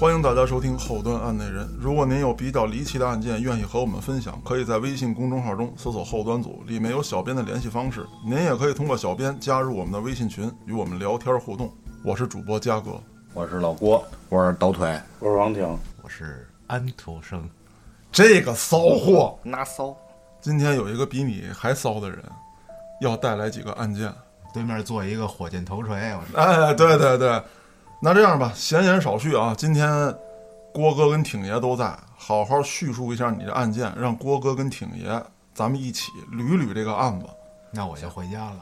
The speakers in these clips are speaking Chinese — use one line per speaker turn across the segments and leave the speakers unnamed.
欢迎大家收听《后端案内人》。如果您有比较离奇的案件，愿意和我们分享，可以在微信公众号中搜索“后端组”，里面有小编的联系方式。您也可以通过小编加入我们的微信群，与我们聊天互动。我是主播嘉哥，
我是老郭，我是抖腿，
我是王婷，
我是安徒生。
这个骚货，
拿骚，
今天有一个比你还骚的人，要带来几个案件。
对面坐一个火箭头锤，我说
哎，对对对，那这样吧，闲言少叙啊，今天郭哥跟挺爷都在，好好叙述一下你的案件，让郭哥跟挺爷咱们一起捋捋这个案子。
那我就回家了。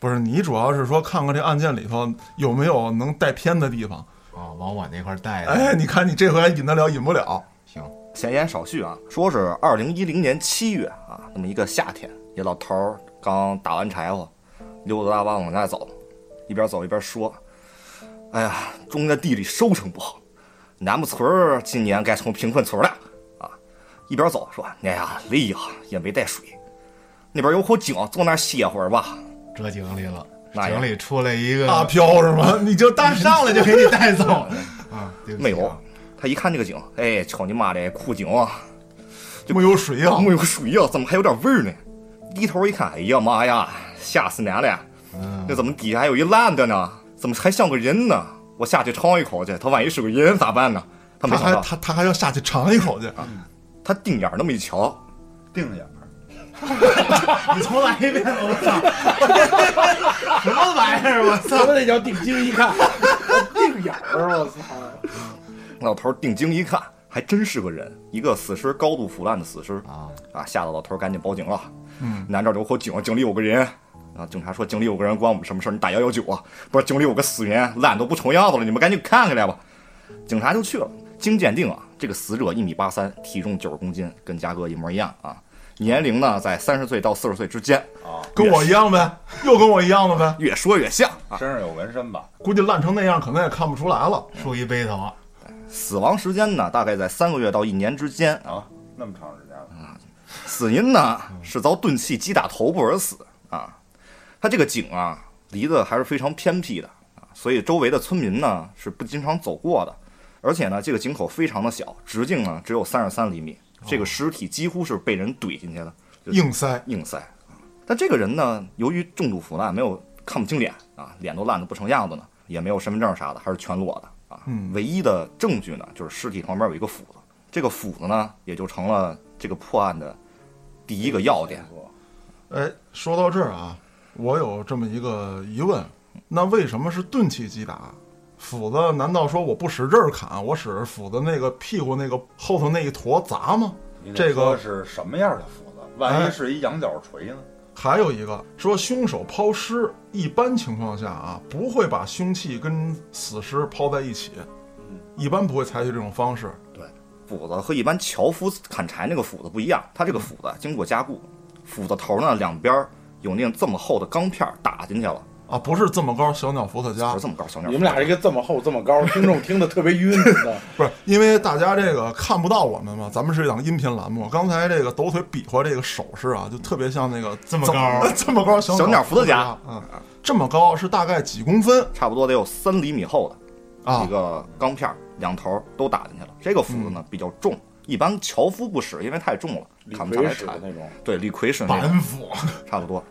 不是你主要是说看看这案件里头有没有能带偏的地方。
啊，往我那块儿带
哎，
的。
你看你这回还引得了引不了。
行，
闲言少叙啊，说是二零一零年七月啊，那么一个夏天，一老头儿刚打完柴火，溜达大巴往家走，一边走一边说：“哎呀，中间地里收成不好，咱们村儿今年该成贫困村了啊！”一边走说：“哎呀，累呀，也没带水，那边有口井，坐那儿歇会儿吧。
折井里了，
那也
井里出来一个
阿啊飘是吗？你就
大
大上
上来就 给你带 走了啊！对不起啊
没有，他一看这个井，哎，瞧你妈这枯井啊！”
没有水呀、
啊，没有水呀、怎么还有点味儿呢？低头一看，哎呀妈呀，吓死娘了！
嗯
那怎么底下还有一烂的呢？怎么还像个人呢？我下去尝一口去，他万一是个人咋办呢？他没
他
想
还
到，
他他还要下去尝一口去。
他定眼儿那么一瞧，
定眼儿，
你重来一遍，我操！什么玩意儿？我操！
什么那叫定睛一看，定眼儿，我操！
老头儿定睛一看，还真是个人，一个死尸，高度腐烂的死尸
啊
啊！吓得老头儿赶紧报警了。嗯，南这儿有口井，井里有个人。啊！警察说井里有个人，关我们什么事儿？你打幺幺九啊！不是井里有个死人，烂都不成样子了，你们赶紧看看来吧。警察就去了。经鉴定啊，这个死者一米八三，体重九十公斤，跟嘉哥一模一样啊。年龄呢在三十岁到四十岁之间。
啊
跟我一样呗，又跟我一样了呗，
越说越像啊！
身上有纹身吧？
估计烂成那样，可能也看不出来了。
梳一背头，
死亡时间呢大概在三个月到一年之间啊。
啊，那么长时间了，
死因呢是遭钝器击打头部而死啊。他这个井啊，离得还是非常偏僻的啊，所以周围的村民呢是不经常走过的。而且呢，这个井口非常的小，直径呢只有三十三厘米，这个尸体几乎是被人怼进去的，就是
硬塞，
硬塞。但这个人呢，由于重度腐烂，没有看不清脸啊，脸都烂得不成样子呢，也没有身份证啥的，还是全裸的啊。唯一的证据呢，就是尸体旁边有一个斧子，这个斧子呢，也就成了这个破案的第一个要点。
哎，说到这儿啊，我有这么一个疑问，那为什么是钝器击打？斧子难道说我不使这儿砍，我使斧子那个屁股那个后头那一坨砸吗
你？得
这
说
个
是什么样的斧子？万
哎
一是一羊角锤呢？
还有一个说，凶手抛尸一般情况下啊，不会把凶器跟死尸抛在一起，
嗯
一般不会采取这种方式。
斧子和一般樵夫砍柴那个斧子不一样，它这个斧子啊经过加固，斧子头呢两边儿有那这么厚的钢片儿打进去了，
啊，不是这么高，小鸟伏特
不
加
是，这么高小鸟
你。们俩这个这么厚这么 高，听众听得特别晕，真的。
不是因为大家这个看不到我们嘛，咱们是一档音频栏目。刚才这个抖腿比划这个手势啊，就特别像那个
这么高
这么 高小
小鸟伏特加
加，嗯，这么高是大概几公分
差不多得有三厘米厚的，
啊
一？个钢片儿，两头儿都打进去了。这个斧子呢、比较重，一般樵夫不使，因为太重了，
嗯李
砍不下
逵
来
使的
柴。
那种，啊
对，李逵使那种
板斧，
差不多。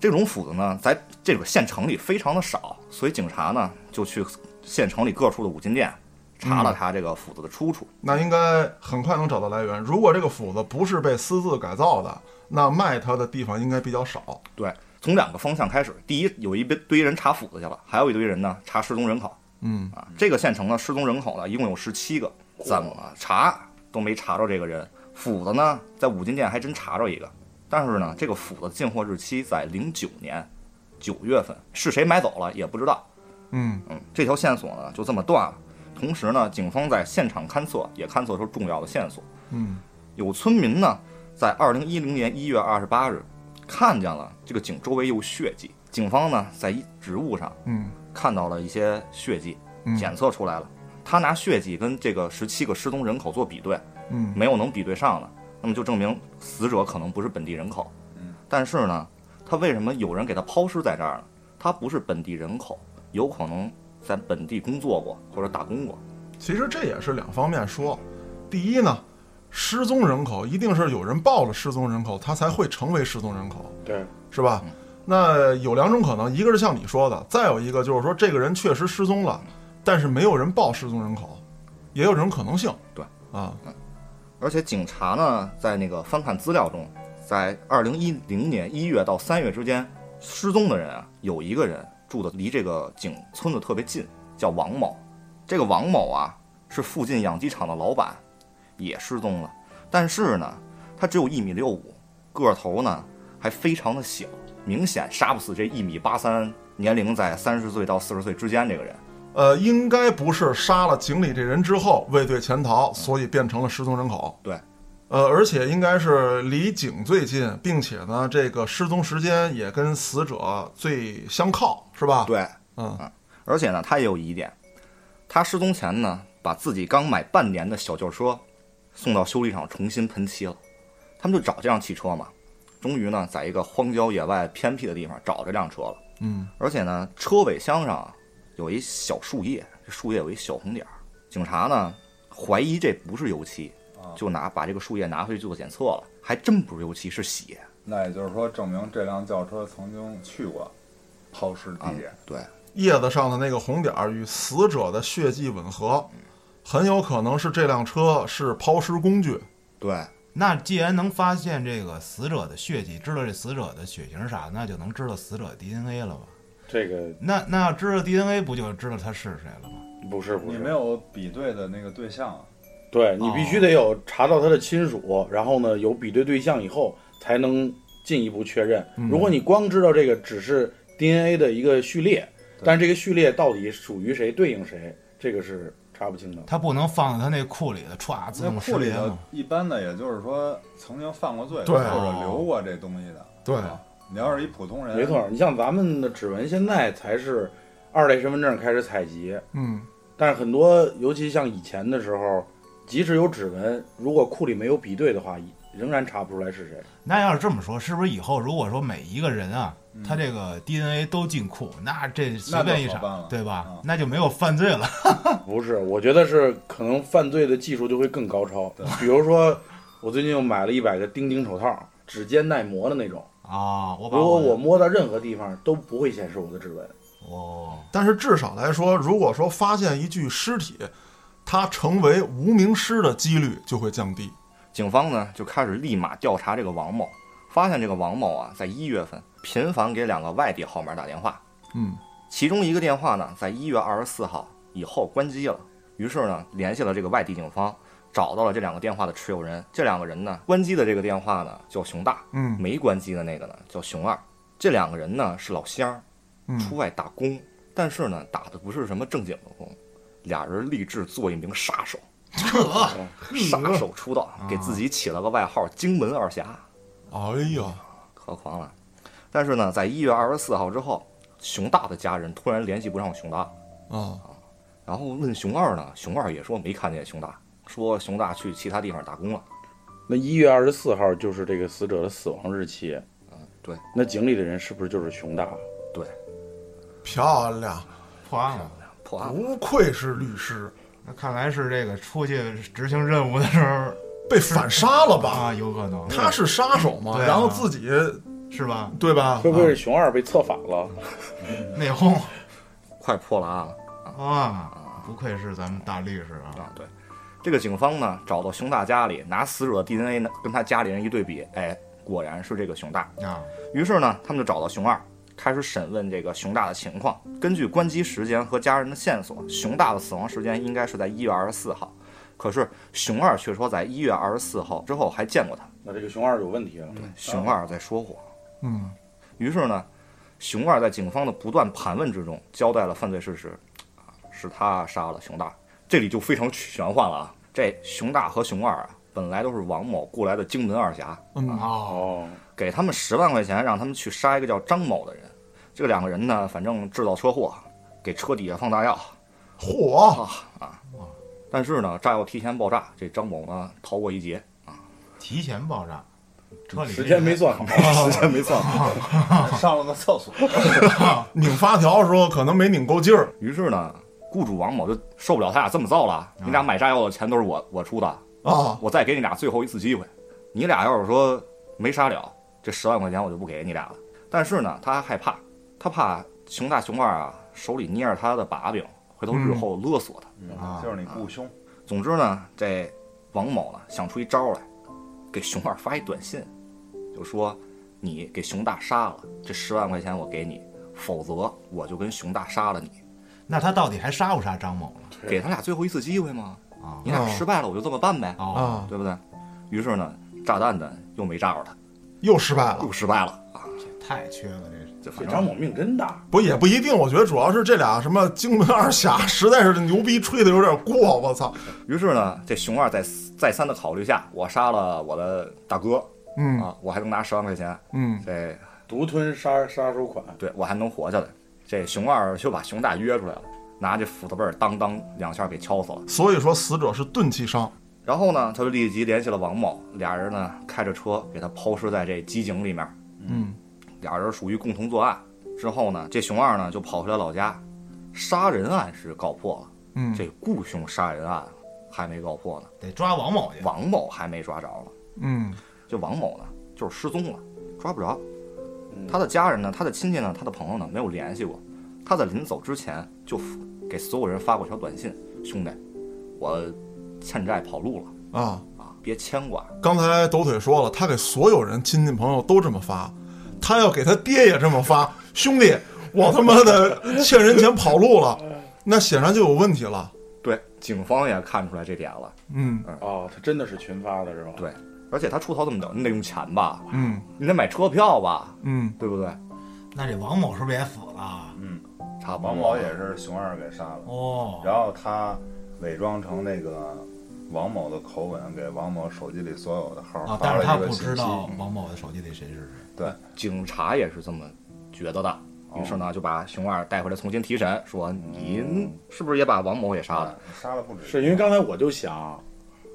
这种斧子呢，在这个县城里非常的少，所以警察呢就去县城里各处的五金店查
嗯
了查这个斧子的出处。
那应该很快能找到来源。如果这个斧子不是被私自改造的，那卖它的地方应该比较少。
对，从两个方向开始，第一，有一堆人查斧子去了，还有一堆人呢查失踪人口。
嗯
啊，这个县城呢，失踪人口呢一共有十七个，怎么查都没查着这个人。斧子呢，在五金店还真查着一个，但是呢，这个斧子进货日期在零九年九月份，是谁买走了也不知道。
嗯，
嗯，这条线索呢就这么断了。同时呢，警方在现场勘测也勘测出重要的线索。
嗯，
有村民呢在二零一零年一月二十八日看见了这个井周围有血迹，警方呢在一植物上
嗯
看到了一些血迹，
嗯
检测出来了。他拿血迹跟这个十七个失踪人口做比对，
嗯
没有能比对上的，那么就证明死者可能不是本地人口。
嗯，
但是呢，他为什么有人给他抛尸在这儿呢？他不是本地人口，有可能在本地工作过或者打工过。
其实这也是两方面说，第一呢，失踪人口一定是有人报了失踪人口，他才会成为失踪人口，
对，
是吧？
嗯
那有两种可能，一个是像你说的，再有一个就是说这个人确实失踪了，
嗯
但是没有人报失踪人口，也有这种可能性。
对嗯
啊，
而且警察呢，在那个翻看资料中，在二零一零年一月到三月之间，失踪的人啊，有一个人住的离这个警村子特别近，叫王某。这个王某啊，是附近养鸡场的老板，也失踪了。但是呢，他只有一米六五，个头呢还非常的小，明显杀不死这一米八三，年龄在三十岁到四十岁之间这个人。
呃，应该不是杀了井里这人之后畏罪潜逃，所以变成了失踪人口。
嗯对，
呃，而且应该是离井最近，并且呢，这个失踪时间也跟死者最相靠，是吧？，
对，
嗯，
而且呢，他也有疑点，他失踪前呢，把自己刚买半年的小旧车送到修理厂重新喷漆了。他们就找这辆汽车嘛，终于呢，在一个荒郊野外偏僻的地方找这辆车了。
嗯，
而且呢，车尾箱上啊有一小树叶，这树叶有一小红点儿。警察呢怀疑这不是油漆，就拿把这个树叶拿回去做检测了，还真不是油漆，是血。
那也就是说，证明这辆轿车曾经去过抛尸地
啊
点。
嗯对，
叶子上的那个红点儿与死者的血迹吻合，很有可能是这辆车是抛尸工具。
对，
那既然能发现这个死者的血迹，知道这死者的血型是啥，那就能知道死者的 DNA 了吧？
这个
那那要知道 DNA，不就知道他是谁了吗？
不是不
你
是，
没有比对的那个对象啊，
对你必须得有查到他的亲
哦
属，然后呢有比对对象以后才能进一步确认。
嗯
如果你光知道这个只是 DNA 的一个序列，但这个序列到底属于谁对应谁，这个是查不清的。
他不能放在他那库里的歘自
那
动识
库里
别
啊
头
吗？
一般的，也就是说曾经犯过罪的，
对
或者留过这东西的。
对
啊你要是一普通人，
没错，你像咱们的指纹现在才是二类身份证开始采集，
嗯，
但是很多，尤其像以前的时候，即使有指纹，如果库里没有比对的话，仍然查不出来是谁。
那要是这么说，是不是以后如果说每一个人啊，他这个 DNA 都进库，那这随便一
那就好办
查
了，
对吧
嗯？
那就没有犯罪了。
不是，我觉得是可能犯罪的技术就会更高超
对。
比如说，我最近又买了一百个钉钉手套，指尖耐磨的那种，
啊，我把
如果我
我
摸到任何地方都不会显示我的指纹。
我
但是至少来说，如果说发现一具尸体，它成为无名尸的几率就会降低。
警方呢就开始立马调查这个王某，发现这个王某啊，在一月份频繁给两个外地号码打电话，
嗯，
其中一个电话呢，在一月二十四号以后关机了。于是呢，联系了这个外地警方，找到了这两个电话的持有人。这两个人呢，关机的这个电话呢叫熊大，
嗯
没关机的那个呢叫熊二。这两个人呢是老乡儿，
嗯
出外打工，但是呢打的不是什么正经的工，俩人立志做一名杀手。哎杀手出道，给自己起了个外号“荆门二侠
哎呀，”，
可狂了。但是呢，在一月二十四号之后，熊大的家人突然联系不上熊大，
啊，
然后问熊二呢，熊二也说没看见熊大，说熊大去其他地方打工了。
那一月二十四号就是这个死者的死亡日期。
对，
那井里的人是不是就是熊大？
对，
漂亮，
破案了。
破案了。
不愧是律师，
那看来是这个出去执行任务的时候
被反杀了吧？
啊，有可能
他是杀手嘛，
对啊
然后自己
是吧？
对吧啊
会？不会是熊二被策反了？
内讧
快破了案了
啊，不愧是咱们大律师啊！
啊！对，这个警方呢找到熊大家里，拿死者的 DNA 呢跟他家里人一对比，哎，果然是这个熊大。
啊，
于是呢，他们就找到熊二，开始审问这个熊大的情况。根据关机时间和家人的线索，熊大的死亡时间应该是在一月二十四号，可是熊二却说在一月二十四号之后还见过他。
那这个熊二有问题了。
熊二在说谎。
嗯，
于是呢，熊二在警方的不断盘问之中，交代了犯罪事实，啊是他杀了熊大。这里就非常玄幻了啊！这熊大和熊二啊，本来都是王某雇来的荆门二侠，
嗯
哦，
哦，
给他们十万块钱，让他们去杀一个叫张某的人。这两个人呢，反正制造车祸，给车底下放大药，
嚯，
但是呢，炸药提前爆炸，这张某呢逃过一劫。
提前爆炸，车里
时间没算好，时间没算好。
上了个厕所，
拧发条的时候可能没拧够劲儿，
于是呢，雇主王某就受不了他俩这么造了，你俩买炸药的钱都是我我出的，
啊，
我再给你俩最后一次机会，你俩要是说没杀了，这十万块钱我就不给你俩了。但是呢，他还害怕，他怕熊大熊二啊手里捏着他的把柄，回头日后勒索他。
啊
就是你雇凶，
总之呢，这王某呢想出一招来，给熊二发一短信，就说你给熊大杀了，这十万块钱我给你，否则我就跟熊大杀了你，
那他到底还杀不杀张某了
哎
给他俩最后一次机会嘛。
啊？
你俩
哦
失败了，我就这么办呗，
哦，
啊，
对不对？于是呢，炸弹呢又没炸着他，
又失败了
又。失败了啊！
太缺了这
就
是。
这
反
张
正
某命真大，
不也不一定，我觉得主要是这俩什么荆门二侠实在是牛逼吹的有点过，我操！
于是呢，这熊二在再三的考虑下，我杀了我的大哥
嗯
啊，我还能拿十万块钱，
嗯，
这
独吞杀杀手款，
对我还能活下来。这熊二就把熊大约出来了，拿这斧子背儿当当两下给敲死了。
所以说死者是钝器伤，
然后呢，他就立即联系了王某，俩人呢开着车给他抛尸在这机井里面。
嗯，
俩人属于共同作案。之后呢，这熊二呢就跑回来老家，杀人案是告破了，
嗯
这雇凶杀人案还没告破呢，
得抓王某去。
王某还没抓着呢。
嗯
这王某呢就是失踪了，抓不着。他的家人呢，他的亲戚呢，他的朋友呢，没有联系过。他在临走之前就给所有人发过一条短信：“兄弟，我欠债跑路了
啊。
啊，别牵挂。
刚才抖腿说了，他给所有人亲戚朋友都这么发，他要给他爹也这么发，兄弟，我他妈的欠人钱跑路了，那显然就有问题了。”
对，警方也看出来这点了。
嗯
哦，他真的是群发的是吧？
对，而且他出逃这么久，你得用钱吧，
嗯
你得买车票吧，
嗯，
对不对？
那这王某是不是也死了？
差不多。
王某也是熊二给杀了，
哦，
然后他伪装成那个王某的口吻，给王某手机里所有的号
啊，
发
但
了
是他
一个
不知
信息。
道王某的手机里谁是谁。
警察也是这么觉得的。于是呢，就把熊二带回来重新提审，说您是不是也把王某也杀了？
啊杀了不止，
是因为刚才我就想，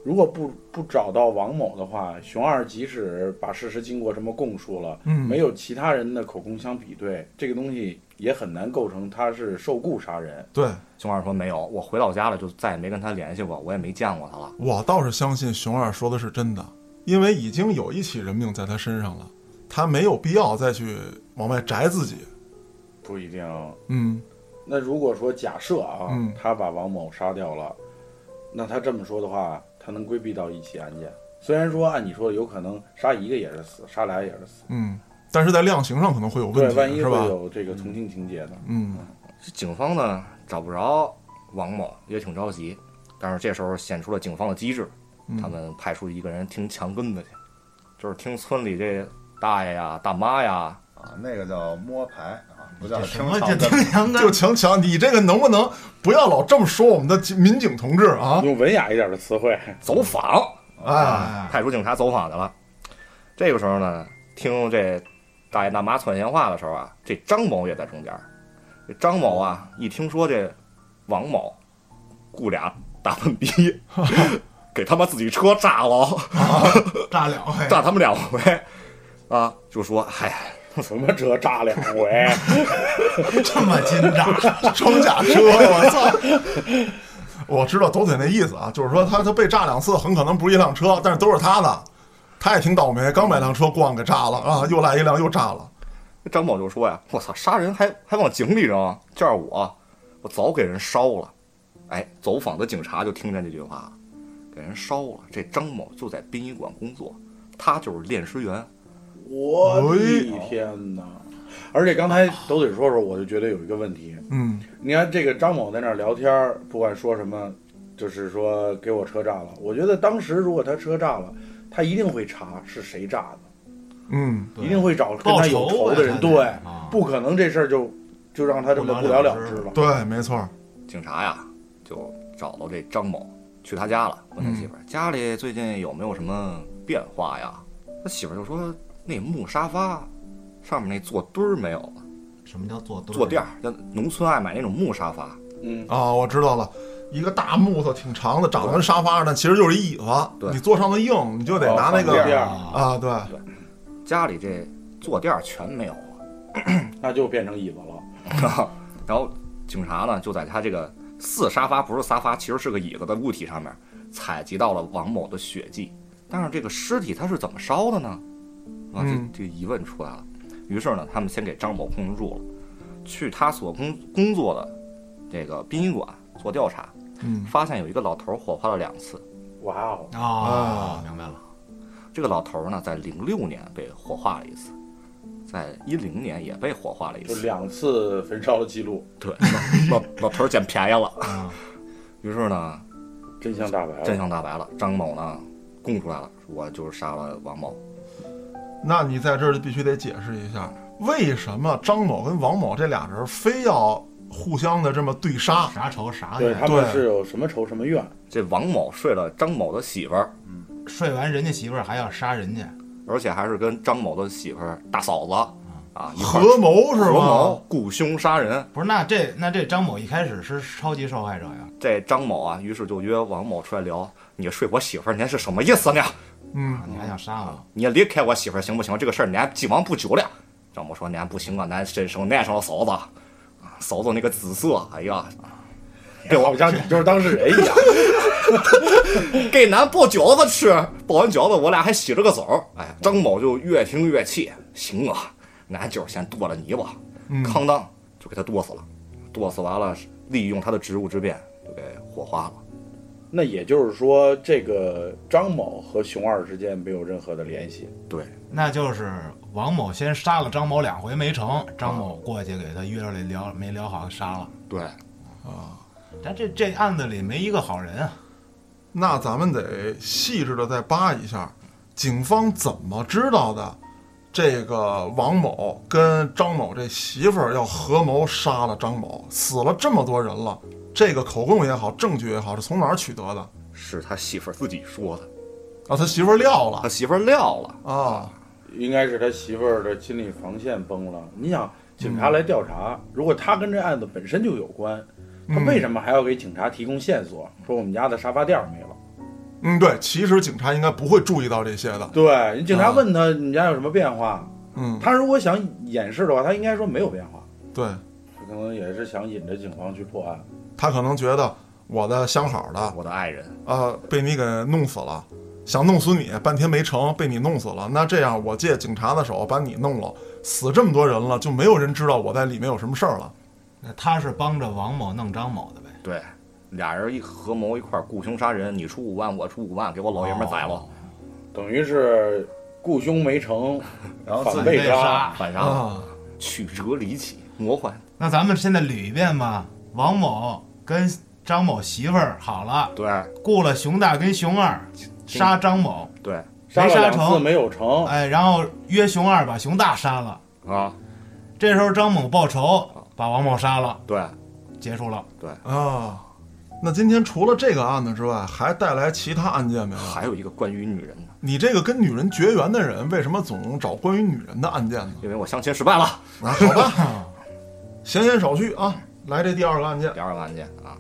如果不不找到王某的话，熊二即使把事实经过什么供述了，
嗯
没有其他人的口供相比对，这个东西也很难构成他是受雇杀人。
对
熊二说没有，我回老家了，就再也没跟他联系过，我也没见过他了。
我倒是相信熊二说的是真的，因为已经有一起人命在他身上了，他没有必要再去往外摘自己。
不一定。
嗯
那如果说假设啊，
嗯
他把王某杀掉了，那他这么说的话，他能规避到一起案件。虽然说按你说的，有可能杀一个也是死，杀俩也是死，
嗯，但是在量刑上可能会有问
对，
题，
万一
是
会
吧？
有这个从轻情节的。
嗯
这警方呢找不着王某，也挺着急，但是这时候显出了警方的机智，他们派出一个人听墙根子去，就是听村里这大爷呀、大妈呀，
啊，那个叫摸排啊，不叫
这什
听
么
唱
这
的
丁香根
就？强强，你这个能不能不要老这么说我们的警民警同志 啊？
用文雅一点的词汇，
走访，
哎，
哎，
派出警察走访去了。这个时候呢，听这大爷大妈窜闲话的时候啊，这张某也在中间儿。这张某啊，一听说这王某雇俩大笨逼，给他妈自己车炸了，
炸两回。
炸他们两回啊，就说：“嗨，
什么车炸两回？
这么奸 诈，
装甲车，我操！我知道抖腿那意思啊，就是说他他被炸两次，很可能不是一辆车，但是都是他的。他也挺倒霉，刚买辆车咣给炸了啊，又来一辆又炸了。
张某就说呀，我操，杀人还还往井里扔，啊这样我我早给人烧了。哎，走访的警察就听见这句话了，给人烧了。这张某就在殡仪馆工作，他就是炼尸员。
我的天哪！而且刚才抖嘴说说，我就觉得有一个问题。
嗯
你看这个张某在那儿聊天儿，不管说什么，就是说给我车炸了。我觉得当时如果他车炸了，他一定会查是谁炸的，
嗯，
对
一定会找跟他有仇的人。
报仇
对
啊他得啊，
不可能这事儿就就让他这么不
不
了
了
了
了
之
之
了。
对，没错。
警察呀，就找到这张某，去他家了，问他媳妇儿、家里最近有没有什么变化呀？他媳妇儿就说那木沙发上面那坐墩儿没有了，
什么叫坐墩？
坐垫儿，像农村爱买那种木沙发，
嗯，
啊，我知道了，一个大木头挺长的，长得跟沙发似的，其实就是一椅子。
对
你坐上头硬，你就得拿那
哦放
个
垫儿
啊，
啊，对，
家里这坐垫儿全没有了。
那就变成椅子了。
然后警察呢就在他这个四沙发不是沙发，其实是个椅子的物体上面采集到了王某的血迹，但是这个尸体它是怎么烧的呢？啊，
嗯
这这疑问出来了。于是呢，他们先给张某控制住了，去他所工工作的这个殡仪馆做调查，
嗯
发现有一个老头儿火化了两次。
哇哦，
啊
哦，明白了，
这个老头儿呢，在零六年被火化了一次，在一零年也被火化了一
就
次。
两次焚烧的记录，
对，老 老老头儿捡便宜了。
啊
于是呢，
真相大白了。
真相大白了，张某呢供出来了，我就是杀了王某。
那你在这儿就必须得解释一下，为什么张某跟王某这俩人非要互相的这么对杀？
啥仇啥
对
怨
他，们
对
是有什么仇什么怨？
这王某睡了张某的媳妇儿，
睡完人家媳妇儿还要杀人家，
而且还是跟张某的媳妇儿大嫂子啊一块儿
合谋是
合
吗
谋？雇凶杀人。
不是？那这那这张某一开始是超级受害者呀，
这张某啊，于是就约王某出来聊，你睡我媳妇儿，您是什么意思呢？
嗯
啊，你还想杀我？
你离开我媳妇儿行不行？这个事儿咱既往不久了。张某说：“俺不行啊，俺身生难上了嫂子，啊嫂子那个姿色，哎呀，对我
好像你就是当事人一样。
给俺包饺子吃，包完饺子我俩还洗了个澡。哎，张某就越听越气，行啊，俺今儿先剁了你吧，
嗯
康当就给他剁死了，剁死完了，利用他的职务之便就给火化了。
那也就是说，这个张某和熊二之间没有任何的联系。
对，
那就是王某先杀了张某两回没成，张某过去给他约出来聊，没聊好杀了。
对，
但这这案子里没一个好人啊，
那咱们得细致的再扒一下，警方怎么知道的？这个王某跟张某这媳妇儿要合谋杀了张某，死了这么多人了，这个口供也好，证据也好，是从哪儿取得的？
是他媳妇儿自己说的，
啊，他媳妇儿撂了
他媳妇儿撂了。
啊，
应该是他媳妇儿的心理防线崩了。你想，警察来调查，如果他跟这案子本身就有关，
嗯啊
他为什么还要给警察提供线索？说我们家的沙发垫儿没了。
嗯，对，其实警察应该不会注意到这些的，
对，啊你警察问他你们家有什么变化，
嗯，
他如果想掩饰的话，他应该说没有变化。
对
他可能也是想引着警方去破案。
他可能觉得我的相好的
我的爱人，
啊，被你给弄死了，想弄死你，半天没成，被你弄死了。那这样，我借警察的手把你弄了，死这么多人了，就没有人知道我在里面有什么事儿了。
那他是帮着王某弄张某的呗？
对，俩人一合谋一块儿雇凶杀人，你出五万，我出五万，给我老爷们儿宰了，
等于是雇凶没成，
然后自
反
己
被杀。
杀。
反正、
啊，
曲折离奇，魔幻。
那咱们现在捋一遍吧。王某跟张某媳妇儿好了，
对
雇了熊大跟熊二杀张某，
对
杀
没杀
了两次
成
没有成，
哎，然后约熊二把熊大杀了。
啊，
这时候张某报仇，把王某杀了，
对，
结束了。
啊，那今天除了这个案子之外，还带来其他案件没有？
还有一个关于女人的，
你这个跟女人绝缘的人，为什么总找关于女人的案件呢？
因为我相亲失败了。
啊，好吧，闲言少叙啊，来这第二个案件。
第二个案件啊，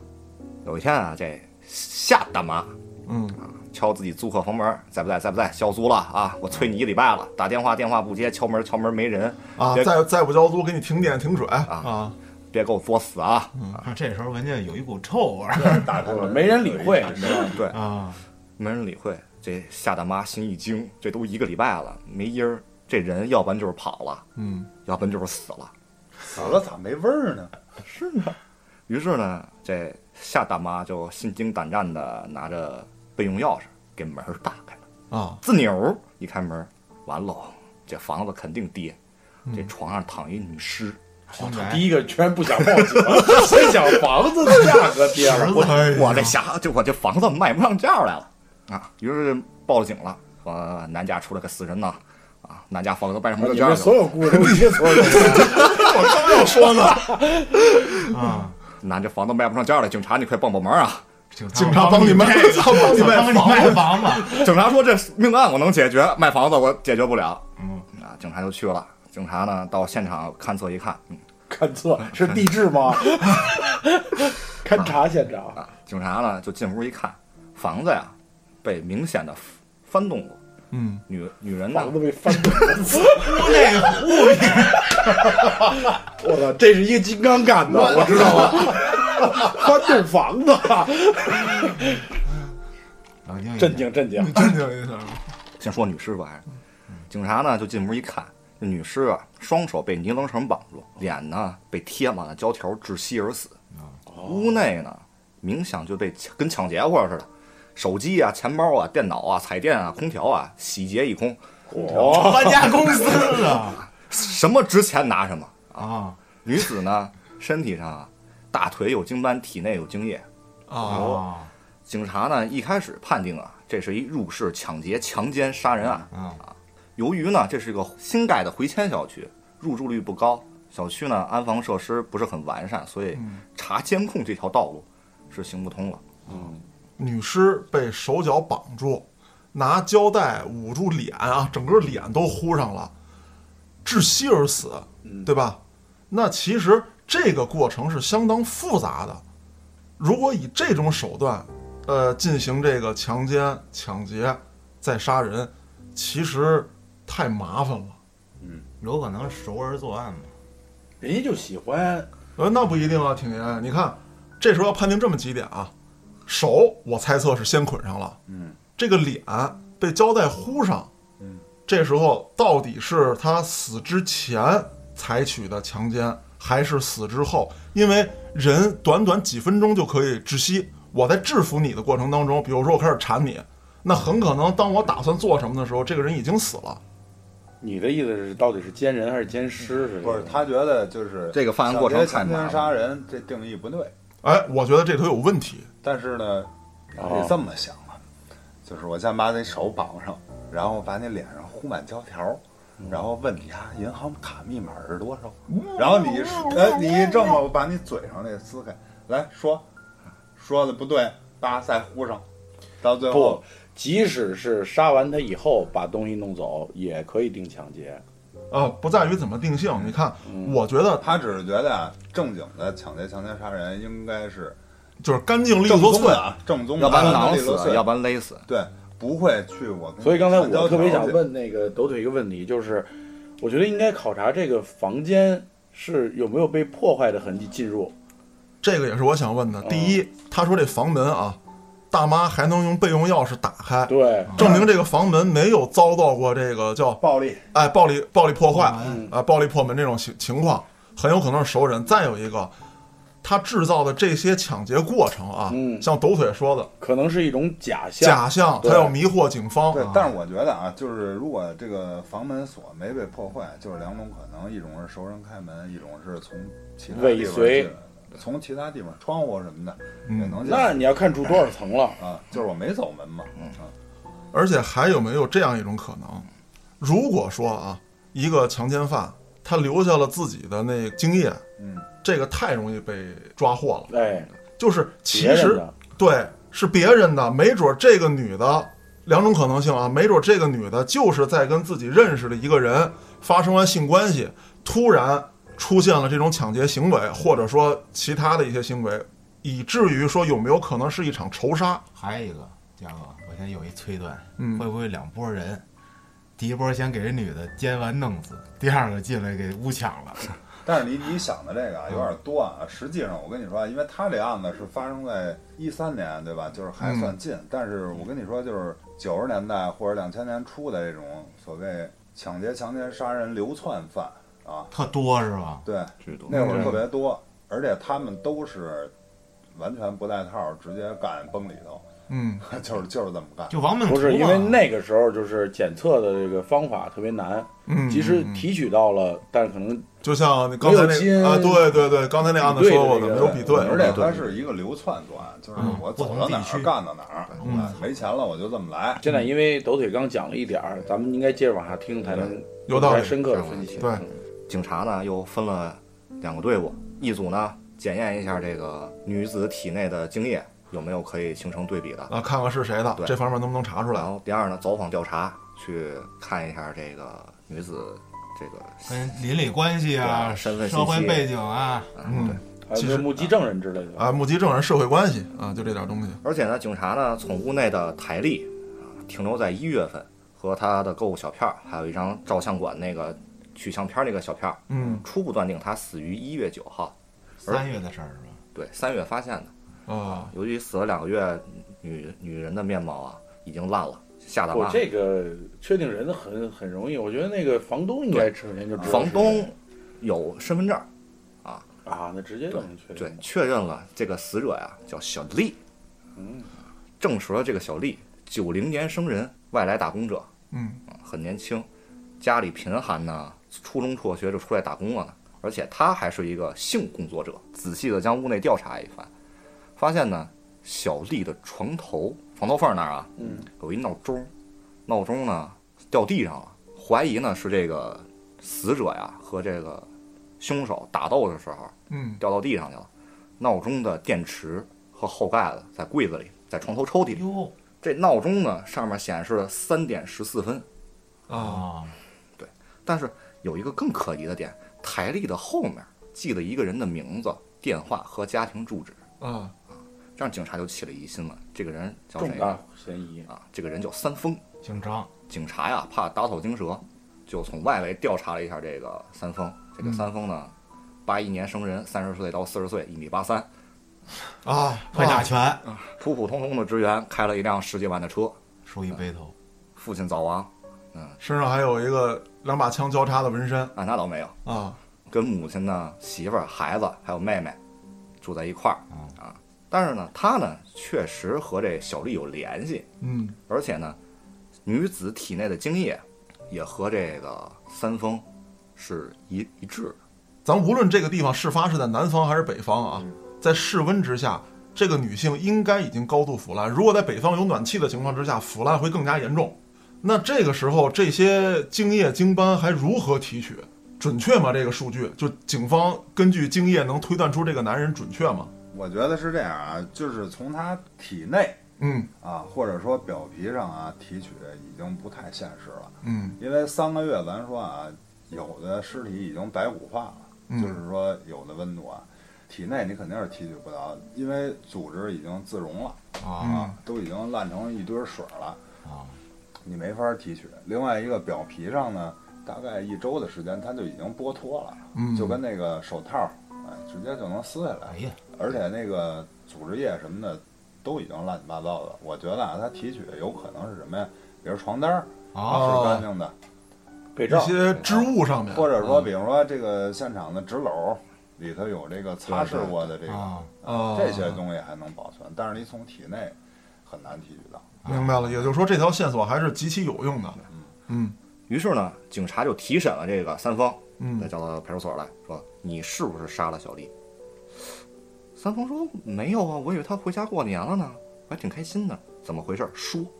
有一天啊，这夏大妈
嗯
敲自己租客房门，在不在？在不在？交租了啊！我催你一礼拜了，打电话电话不接，敲门敲门没人，
啊，
别
再再不交租，给你停电停水啊
别给我作死啊！
嗯这时候闻见有一股臭味儿
打开门
没人理会
有一扇门
对，
啊，
没人理会。这夏大妈心一惊，这都一个礼拜了，没音儿。这人要不然就是跑了，
嗯
要不然就是死了。
死了咋没味儿呢？
于是呢，这夏大妈就心惊胆战的拿着备用钥匙给门儿打开了。
啊，
自扭儿一开门，完喽，这房子肯定跌，
嗯
这床上躺一女尸。
凶宅
第一个居然不想报警， 先想房子的价格跌了。
侄子
我
哎
这瞎，这我这房子卖不上价来了啊！于是报了警了，说南家出了个死人呐，啊，南家房子卖不上
哎你
价了。
们所有故事都是接所有人，
我刚要说呢，
啊，
俺这房子卖不上价了，警察你快帮帮忙啊！
警察帮你卖，帮你
帮
卖
你
房
卖房子，
警察说这命案我能解决，卖房子我解决不了。嗯啊，警察就去了。警察呢到现场勘测一看，嗯
看 错是地质吗？勘察现场，
啊，警察呢就进屋一看，房子呀被明显的翻动过，
嗯。
女女人呢
房子被翻动。
屋内
我操，这是一个金刚干的，我知道了。翻动房子，
冷啊静一点，
震惊震
镇
惊！
定一下。
先说女尸吧。警察呢就进屋一看，这女尸啊，双手被尼龙绳绑住，脸呢被贴满了胶条窒息而死。屋内呢，明显就被抢跟抢劫或者似的，手机啊、钱包啊、电脑啊、彩电啊、空调啊，洗劫一空，
哦，
搬家公司啊
什么值钱拿什么。
啊！
女子呢，身体上啊，大腿有经斑，体内有精液。
哦，
警察呢一开始判定啊，这是一入室抢劫、强奸、杀人案。啊
嗯
由于呢，这是个新盖的回迁小区，入住率不高，小区呢安防设施不是很完善，所以查监控这条道路是行不通了。
女尸被手脚绑住，拿胶带捂住脸啊，整个脸都糊上了，窒息而死，对吧？那其实这个过程是相当复杂的。如果以这种手段，呃，进行这个强奸、抢劫，再杀人，其实太麻烦了。
有可能熟人作案嘛？
人家就喜欢
呃，那不一定啊，挺爷，你看，这时候要判定这么几点啊，手我猜测是先捆上了，
嗯，
这个脸被胶带糊上，
嗯，
这时候到底是他死之前采取的强奸，还是死之后？因为人短短几分钟就可以窒息，我在制服你的过程当中，比如说我开始缠你，那很可能当我打算做什么的时候，这个人已经死了。
你的意思是，到底是奸人还是奸尸？是
不是，他觉得就是
这个犯案过程太
抢
麻
劫、
烦
强奸、杀人这定义不对，
哎，我觉得这头有问题。
但是呢，
哦
得这么想啊，就是我先把你手绑上，然后把你脸上糊满胶条，
嗯
然后问你啊，银行卡密码是多少？然后你呃，你一这么把你嘴上那撕开，来说，说的不对，叭再糊上，到最
不
后，
即使是杀完他以后把东西弄走，也可以定抢劫。
呃，不在于怎么定性，你看，
嗯
我觉得
他只是觉得啊，正经的抢劫、强奸、杀人应该是
就是干净利
正
索
宗
脆
的，啊，正宗的，
要不然
干
囊
净利索
死，
脆
要不然勒死。
对，不会去我跟你
所以刚才
缠胶
我特别
条
想
去，
问那个抖腿一个问题，就是我觉得应该考察这个房间是有没有被破坏的痕迹进入。
这个也是我想问的。第一，他说这房门啊，大妈还能用备用钥匙打开，
对，
证明这个房门没有遭到过这个叫
暴力，
哎暴力暴力破坏啊、
嗯
暴力破门这种情情况，很有可能是熟人。再有一个，他制造的这些抢劫过程啊，
嗯
像抖腿说的
可能是一种假象。
假象，他
对
要迷惑警方。
对
啊，
但是我觉得啊，就是如果这个房门锁没被破坏，就是两种可能，一种是熟人开门，一种是从其他地
尾
方
随
进来的，从其他地方窗户什么的也能进
那
来。
你要看住多少层了。
啊，就是我没走门嘛，嗯，
而且还有没有这样一种可能？如果说啊，一个强奸犯他留下了自己的那精液，
嗯，
这个太容易被抓获了。
哎，
就是其
别人
实
的
对是别人的，没准这个女的两种可能性啊，没准这个女的就是在跟自己认识的一个人发生完性关系，突然出现了这种抢劫行为，或者说其他的一些行为，以至于说有没有可能是一场仇杀？
还有一个，嘉哥，我现在有一推断，
嗯
会不会两拨人？第一波先给这女的奸完弄死，第二个进来给诬抢了。
但是你你想的这个啊有点多啊，实际上我跟你说啊，因为他这案子是发生在一三年，对吧？就是还算近，但是我跟你说，就是九十年代或者两千年初的这种所谓抢劫、强奸、杀人、流窜犯啊，
特多是吧？
对，
制度
那会
啊
儿特别多，而且他们都是完全不带套，直接干崩里头，
嗯，
就是就是这么干。
就亡命徒
不是
啊
因
嘛
为那个时候就是检测的这个方法特别难，
嗯
即使提取到了，但是可能
就像你刚才
没有基
那
因
啊，对对对，刚才那案子说过的，
比对的
没
那
有比对，
而
个
且它是一个流窜作案，就是
嗯
我走到哪
不同地
儿
区
干到哪儿，
嗯
没钱了我就这么来。
现在因为抖腿刚讲了一点儿，咱们应该接着往下听才能
有道理
更加深刻的分析。
对
嗯
警察呢又分了两个队伍，一组呢检验一下这个女子体内的精液有没有可以形成对比的，
啊，看看是谁的，
对
这方面能不能查出来？
然
啊
后第二呢走访调查，去看一下这个女子这个
跟邻里关系啊、
对身份信
社
息
会背景啊，
嗯，
还有没有目击证人之类的，
啊，目击证人、社会关系啊，就这点东西。
而且呢，警察呢从屋内的台历啊停留在一月份，和他的购物小片儿，还有一张照相馆那个取相片儿那个小片儿，
嗯
初步断定他死于一月九号。而
三月的事儿是吧？
对，三月发现的。
啊，
由于死了两个月，女女人的面貌啊已经烂了，吓得
我
妈。
这个确定人很很容易，我觉得那个房东应该首先就知道是谁。
房东有身份证儿，
啊，那直接就能确定。
对，确认了这个死者呀、叫小丽，
嗯，
证实了这个小丽九零年生人，外来打工者，
嗯，
很年轻，家里贫寒呢，初中辍学就出来打工了呢。而且他还是一个性工作者，仔细的将屋内调查一番，发现呢，小丽的床头床头缝儿那儿啊，
嗯，
有一闹钟，闹钟呢掉地上了，怀疑呢是这个死者呀和这个凶手打斗的时候
嗯
掉到地上去了，闹钟的电池和后盖子在柜子里，在床头抽屉里。
哟
这闹钟呢上面显示了三点十四分，
啊，
啊，
但是有一个更可疑的点，台历的后面记了一个人的名字、电话和家庭住址，
啊，
让警察就起了疑心了。这个人叫
重
谁
大嫌疑。
啊？这个人叫三丰。
姓张，
警察呀怕打草惊蛇，就从外围调查了一下这个三丰。这个三丰呢，八一年生人，三十岁到四十岁，一米八三，
啊，
会打拳，
普普通通的职员，开了一辆十几万的车，
梳一背头，
父亲早亡，
身上还有一个两把枪交叉的纹身
啊，那倒没有，
啊，
跟母亲呢、媳妇儿、孩子还有妹妹住在一块儿
嗯
啊。但是呢，他呢确实和这小丽有联系，
嗯
而且呢，女子体内的精液也和这个三丰是一一致的。
咱无论这个地方事发是在南方还是北方
嗯
啊，在室温之下，这个女性应该已经高度腐烂。如果在北方有暖气的情况之下，腐烂会更加严重。那这个时候，这些精液精斑还如何提取？准确吗？这个数据，就警方根据精液能推断出这个男人准确吗？
我觉得是这样啊，就是从他体内
嗯
啊，或者说表皮上啊提取已经不太现实了，
嗯
因为三个月咱说啊，有的尸体已经白骨化了，
嗯
就是说有的温度啊，体内你肯定是提取不到，因为组织已经自溶了
啊
啊，都已经烂成一堆水了，
啊，
你没法提取。另外一个表皮上呢，大概一周的时间它就已经剥脱了，
嗯，
就跟那个手套，哎，直接就能撕下来
哎。呀，
而且那个组织液什么的都已经乱七八糟的。我觉得啊，它提取有可能是什么呀？比如床单儿
啊
哦
是干净的，
被
一
罩
些织物上面，
或者说，比如说这个现场的纸篓里头有这个擦拭过的这个
啊，
啊
这些东西还能保存，但是你从体内很难提取到。
嗯
明白了，也就是说这条线索还是极其有用的。嗯
于是呢，警察就提审了这个三丰，
嗯
再叫到派出所来说：“你是不是杀了小丽？”三丰说：“没有啊，我以为她回家过年了呢，我还挺开心的。怎么回事？说啊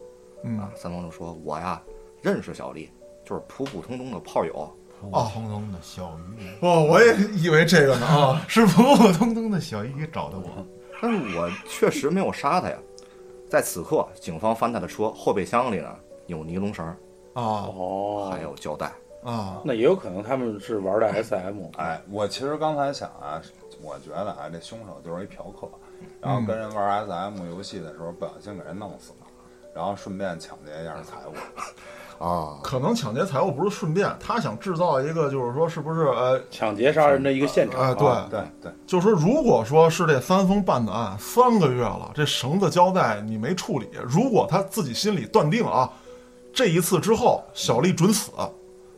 嗯，！”
三丰就说：“我呀，认识小丽，就是普普通通的炮友。
普普通通的小鱼，
哦，我也以为这个呢啊，
是普普通通的小鱼找的我，
但是我确实没有杀她呀。”在此刻，警方翻她的车，后备箱里呢有尼龙绳，
啊
哦
还，有胶带。
啊，
那也有可能他们是玩的 SM，
哎，我其实刚才想啊，我觉得啊，这凶手就是一嫖客，
嗯
然后跟人玩 SM 游戏的时候不小心给人弄死了，然后顺便抢劫一下财物。
啊，
可能抢劫财物不是顺便，他想制造一个，就是说是不是呃
抢劫杀人的一个现场
哎
啊。
嗯
对，
对对，
就是说如果说是这三丰办的案，三个月了，这绳子胶带你没处理，如果他自己心里断定啊，这一次之后小丽准死。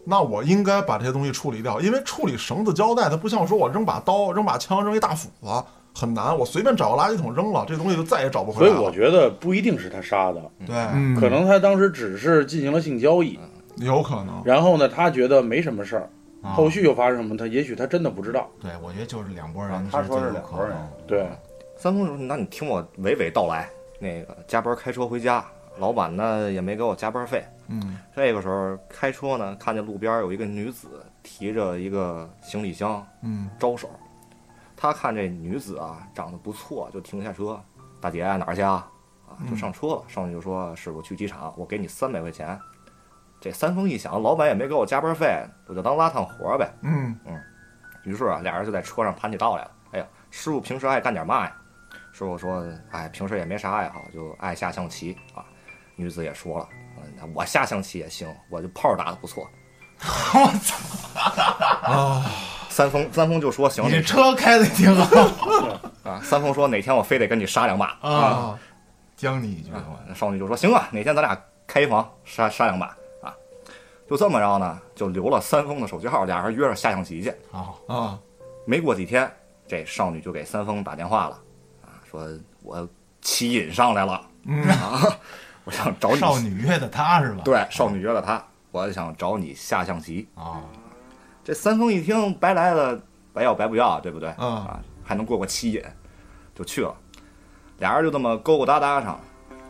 那我应该把这些东西处理掉，因为处理绳子、胶带，它不像说我扔把刀、扔把枪、扔一大斧子很难，我随便找个垃圾桶扔了，这东西就再也找不回
所以
来了。
我觉得不一定是他杀的，
对，
嗯
可能他当时只是进行了性交易，
有可能，
然后呢，他觉得没什么事儿，
啊
后续又发生什么，他也许他真的不知道。
对我觉得啊就是两拨人，
啊他说是
是
两拨人
对，
三丰说：“那你听我娓娓道来。那个加班开车回家，老板呢也没给我加班费。
嗯
这个时候开车呢，看见路边有一个女子提着一个行李箱
嗯
招手，他看这女子啊长得不错，就停下车，大姐哪儿去啊？啊，
嗯
就上车了，上去就说是我去机场，我给你三百块钱。这三丰一想，老板也没给我加班费，我就当拉趟活儿呗。
嗯
于是啊，俩人就在车上谈起道来了。哎呀，师傅平时爱干点嘛呀？师傅说，哎，平时也没啥爱好，就爱下象棋啊。女子也说了，嗯，我 下象棋也行，我这炮打得不错。
啊，
三丰三丰就说行，
你这
哪
车开的挺好
啊，三丰说哪天我非得跟你杀两把。
啊，将你一句话，
那少女就说行啊，哪天咱俩开一房杀杀两把啊。就这么着呢，就留了三丰的手机号，俩人约着下象棋去。
好，
啊，
没过几天，这少女就给三丰打电话了，啊，说我棋瘾上来了，
嗯
啊，我想找你
少女约的他是吧？
对，少女约了他，我想找你下象棋。
啊，
这三丰一听，白来了，白要白不要，对不对？
嗯
啊，还能过过七瘾，就去了。俩人就这么勾勾搭搭上了。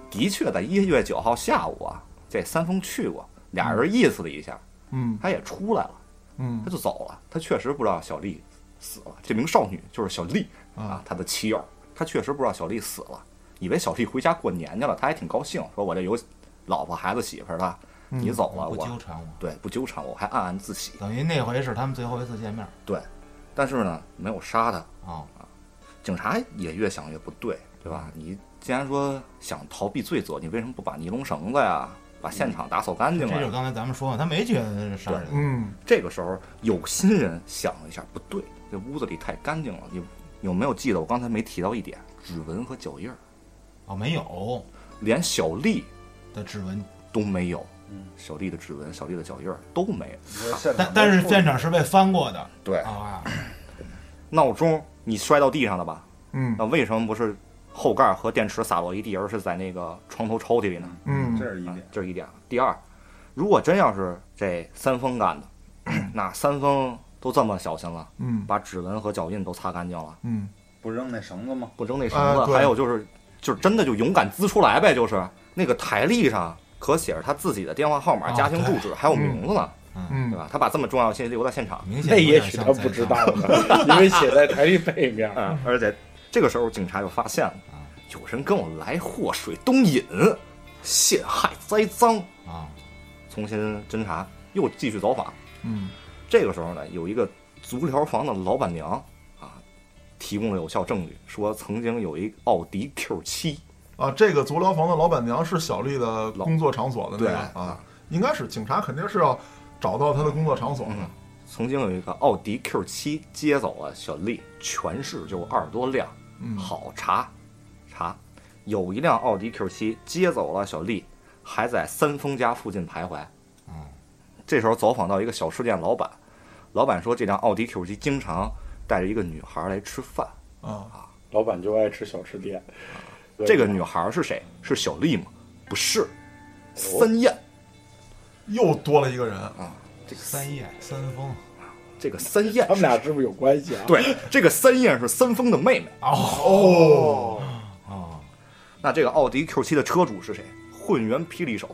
的确，在一月九号下午啊，这三丰去过，俩人意思了一下，
嗯
他也出来了，
嗯
他就走了。他确实不知道小丽死了，这名少女就是小丽啊，他的棋友，他确实不知道小丽死了，以为小丽回家过年去了，他还挺高兴，说我这有老婆孩子媳妇儿了，
嗯
你走了，
不
我
纠缠我。
对，不纠缠我，还暗暗自喜。
等于那回是他们最后一次见面
对，但是呢，没有杀他。
啊，
警察也越想越不对，对吧？你既然说想逃避罪责，你为什么不把尼龙绳子呀，把现场打扫干净
这就是
啊？
刚才咱们说的，他没觉得嗯是杀人，
嗯
这个时候，有心人想了一下，不对，这屋子里太干净了。你有没有记得我刚才没提到一点，指纹和脚印儿，
哦，没有
连小丽
的指纹，
都没有。小丽的指纹、小丽的脚印儿都没有。
但
但但是现场是被翻过的
对
啊，
闹钟你摔到地上了吧？
嗯
那为什么不是后盖和电池洒落一地，而是在那个床头抽屉里呢？
嗯
这是一
啊
点，
这是一点。第二，如果真要是这三丰干的，那三丰都这么小心了，
嗯
把指纹和脚印都擦干净了，
嗯，
不扔那绳子吗？
不扔那绳
啊
子，
对
还有就是，就是真的就勇敢滋出来呗，就是那个台历上可写着他自己的电话号码、
啊
家庭住址还有名字呢，对
嗯
吧？他把这么重要的信息留在现场，
明显
那
有
也
点
许
像
他
在
不知
杀
道呢， 因为写在台历背面。
嗯，而且这个时候警察就发现了，
啊
有人跟我来祸水东引，陷害栽赃，
啊，
重新侦查，又继续走访。
嗯
这个时候呢，有一个足疗房的老板娘啊，提供了有效证据，说曾经有一奥迪 Q 7
啊，这个足疗房的老板娘是小丽的工作场所的那
对
个啊，应该是警察肯定是要找到她的工作场所的。
曾经有一个奥迪 Q 7接走了小丽，全市就二十多辆，好查查。有一辆奥迪 Q 7接走了小丽，还在三丰家附近徘徊。
嗯，
这时候走访到一个小吃店老板，老板说这辆奥迪 Q 7经常带着一个女孩来吃饭，
啊，
老板就爱吃小吃店。
啊这个女孩是谁？是小丽吗？不是，
哦
三燕。
又多了一个人啊，
三叶三丰
这个三燕
他，们俩是不是有关系啊？，
对，这个三燕是三丰的妹妹。
哦啊，
那这个奥迪 Q 7的车主是谁？混元霹雳手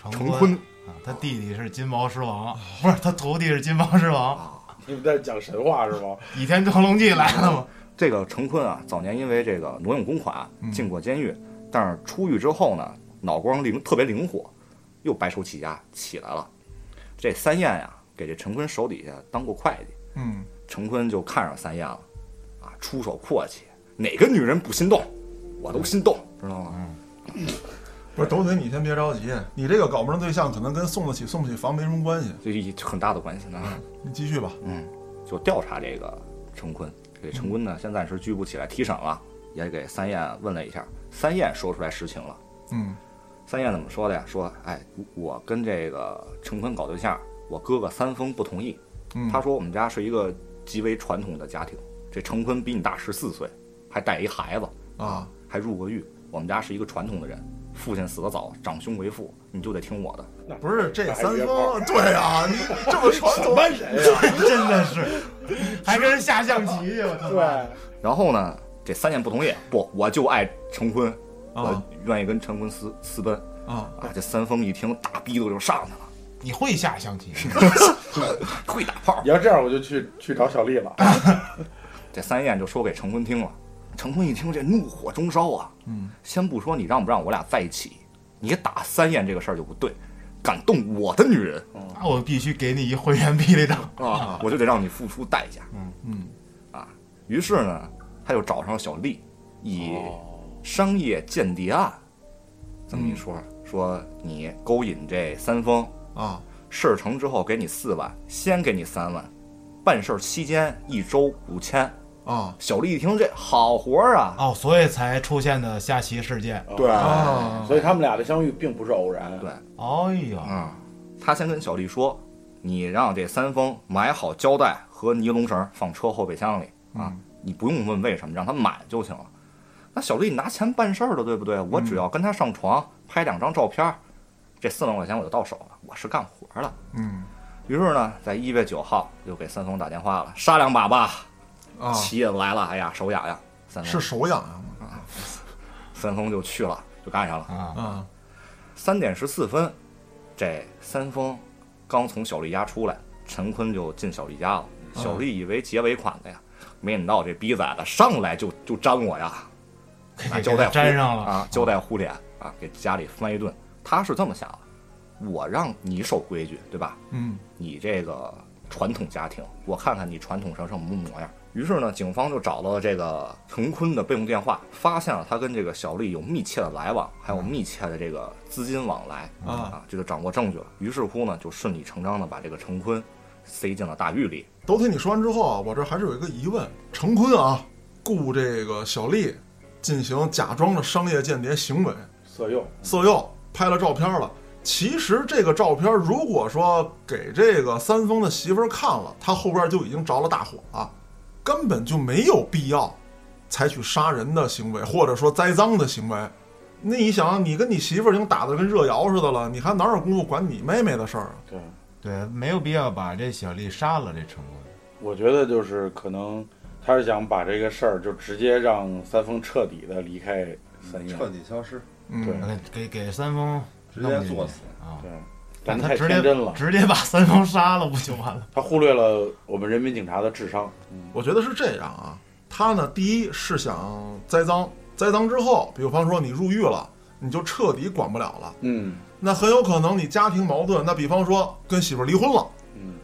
成
成
坤
坤
啊，他弟弟是金毛狮王，不是他徒弟是金毛狮王，
你们在讲神话是吗？
《倚天屠龙记》来了嘛？
这个成坤啊，早年因为这个挪用公款啊
嗯
进过监狱，但是出狱之后呢，脑光灵特别灵活，又白手起家起来了。这三燕呀、给这陈坤手底下当过会计，
嗯
陈坤就看上三燕了，啊，出手阔气，哪个女人不心动？我都心动，知道吗？
不是斗嘴，你先别着急，你这个搞不上对象可能跟送得起送不起房没什么关系，
这一很大的关系呢。
你继续吧。
就调查这个陈坤。这陈坤呢，现在是拘捕起来提审了，也给三燕问了一下，三燕说出来实情了。
嗯
三燕怎么说的呀？说，哎，我跟这个陈坤搞对象，我哥哥三丰不同意。
嗯
他说我们家是一个极为传统的家庭，这陈坤比你大十四岁，还带一孩子，
啊，
还入过狱。我们家是一个传统的人，父亲死得早，长兄为父，你就得听我的。
不是这
打
三
约炮
丰，对啊，你这么传统，
人呀？
真的是，还跟人下象棋去，我操！
对，
然后呢，这三燕不同意，不，我就爱陈坤，
啊
我愿意跟陈坤私私奔。
啊，
啊，这三丰一听，大逼斗就上去了，
你会下象棋？
会打炮
你。要这样我就去去找小丽了。
这三燕就说给陈坤听了，陈坤一听这怒火中烧啊，嗯，先不说你让不让我俩在一起，你打三燕这个事儿就不对，敢动我的女人
那我必须给你一会员霹雳照。
啊，我就得让你付出代价。嗯
嗯，
啊，于是呢，他又找上了小丽，以商业间谍案这么一说，说你勾引这三丰，
啊
事儿成之后给你四万，先给你三万，办事儿期间一周五千。
啊
小丽一听这好活儿啊，
哦，所以才出现的下棋事件。
对，
啊
所以他们俩的相遇并不是偶然。
对
哎呀，
嗯，他先跟小丽说，你让这三丰买好胶带和尼龙绳放车后备箱里啊，
嗯
你不用问为什么，让他买就行了。那小丽拿钱办事儿的，对不对？我
嗯
只要跟他上床拍两张照片儿，这四万块钱我就到手了，我是干活儿了。
嗯
于是呢，在一月九号又给三丰打电话了，杀两把吧，
啊，
棋也来了，哎呀，手痒痒。三
是
丰
手痒啊痒
三丰就去了，就干上了。
吗？啊
三点十四分，这三丰刚从小丽家出来，陈坤就进小丽家了。
嗯
小丽以为结尾款的呀，没想到这逼崽子上来就就粘我呀，
给
拿
给
胶带
给粘
糊
上了。
啊，胶带糊脸啊，给家里翻一顿。他是这么想的，我让你守规矩，对吧？
嗯
你这个传统家庭，我看看你传统成什么模样。于是呢，警方就找到了这个陈坤的备用电话，发现了他跟这个小丽有密切的来往，还有密切的这个资金往来
啊
这就掌握证据了。于是乎呢，就顺理成章的把这个陈坤塞进了大狱里。
都听你说完之后啊，我这还是有一个疑问：陈坤啊，雇这个小丽进行假装的商业间谍行为，
色诱，
色诱，拍了照片了。其实这个照片，如果说给这个三丰的媳妇儿看了，他后边就已经着了大火了，根本就没有必要采取杀人的行为，或者说栽赃的行为。那你想想，你跟你媳妇儿已经打得跟热窑似的了，你还哪有功夫管你妹妹的事儿啊？
对，
对，没有必要把这小丽杀了，这陈坤。
我觉得就是可能他是想把这个事儿就直接让三丰彻底的离开三亚
彻，底消失，
对
嗯，
给给给三丰
直接作死。
啊！
对，
但
但
他
太
直
天
接
真了，
直接把三丰杀了不就完了？
他忽略了我们人民警察的智商。
我觉得是这样啊。他呢，第一是想栽赃，栽赃之后，比方说你入狱了，你就彻底管不了了。
嗯
那很有可能你家庭矛盾，那比方说跟媳妇儿离婚了，
嗯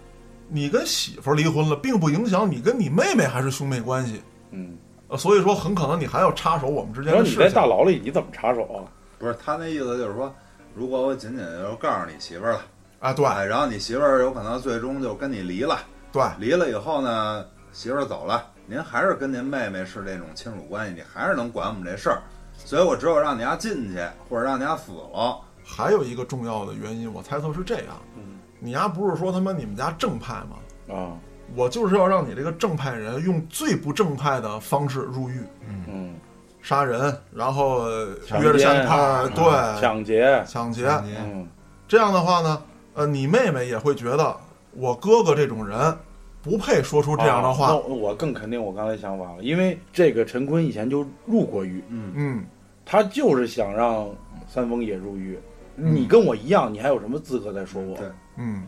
你跟媳妇儿离婚了，并不影响你跟你妹妹还是兄妹关系，
嗯，
呃，所以说很可能你还要插手我们之间
然后
的
你
事
在
情
大。牢里你怎么插手啊？
不是他那意思就是说，如果我仅仅就是告诉你媳妇儿了，
哎，对
哎，然后你媳妇儿有可能最终就跟你离了，
对，
离了以后呢，媳妇儿走了，您还是跟您妹妹是这种亲属关系，你还是能管我们这事儿，所以我只有让你家进去，或者让你家死了，
还有一个重要的原因，我猜测是这样：
嗯
你丫不是说他妈你们家正派吗？
啊
我就是要让你这个正派人用最不正派的方式入狱，
嗯，
杀人，然后呃
强
约着下
奸啊嗯
一块儿对
抢劫，啊
抢劫，
感觉
嗯
这样的话呢，呃，你妹妹也会觉得我哥哥这种人不配说出这样的话。
啊那我更肯定我刚才想法了，因为这个陈坤以前就入过狱，
嗯，
他就是想让三丰也入狱。你跟我一样，你还有什么资格再说我？
对
嗯，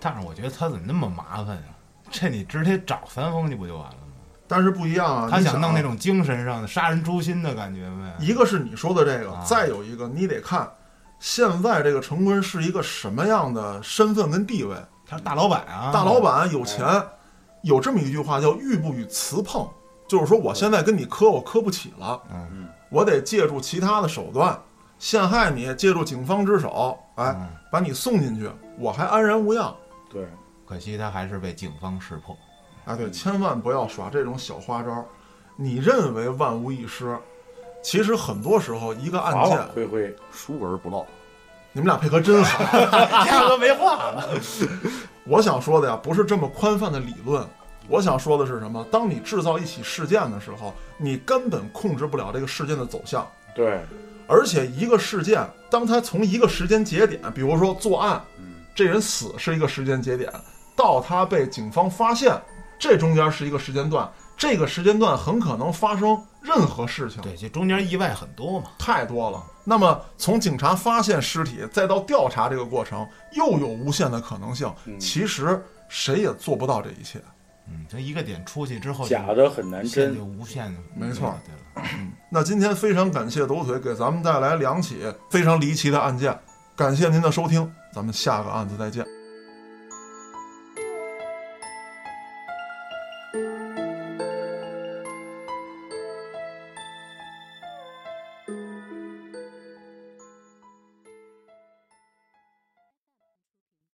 但是我觉得他怎么那么麻烦呀、这你直接找三丰去不就完了吗？
但是不一样啊。
他
你
想
想
弄那
啊，
种精神上的杀人诛心的感觉呗。
一个是你说的这个，
啊
再有一个你得看现在这个陈坤是一个什么样的身份跟地位。
他是大老板啊，
大老板有钱，有这么一句话叫“玉不与词碰”，就是说我现在跟你磕，我磕不起了，
嗯，
我得借助其他的手段陷害你，借助警方之手，哎，
嗯
把你送进去，我还安然无恙。
对，
可惜他还是被警方识破。
哎，
嗯
对，千万不要耍这种小花招儿。你认为万无一失，其实很多时候一个案
法
件
网，恢恢。
疏而不漏，
你们俩配合真 好。
大哥没话了，
我想说的呀，不是这么宽泛的理论。我想说的是什么？当你制造一起事件的时候，你根本控制不了这个事件的走向。
对，
而且一个事件，当它从一个时间节点，比如说作案，
嗯
这人死是一个时间节点，到他被警方发现，这中间是一个时间段，这个时间段很可能发生任何事情。
对，这中间意外很多嘛。
太多了。那么从警察发现尸体，再到调查这个过程，又有无限的可能性。其实谁也做不到这一切。
嗯，他一个点出去之
哦
后，
假的很难
线
真
就。无限的，
没错
对了，
那今天非常感谢抖腿给咱们带来两起非常离奇的案件，感谢您的收听，咱们下个案子再见。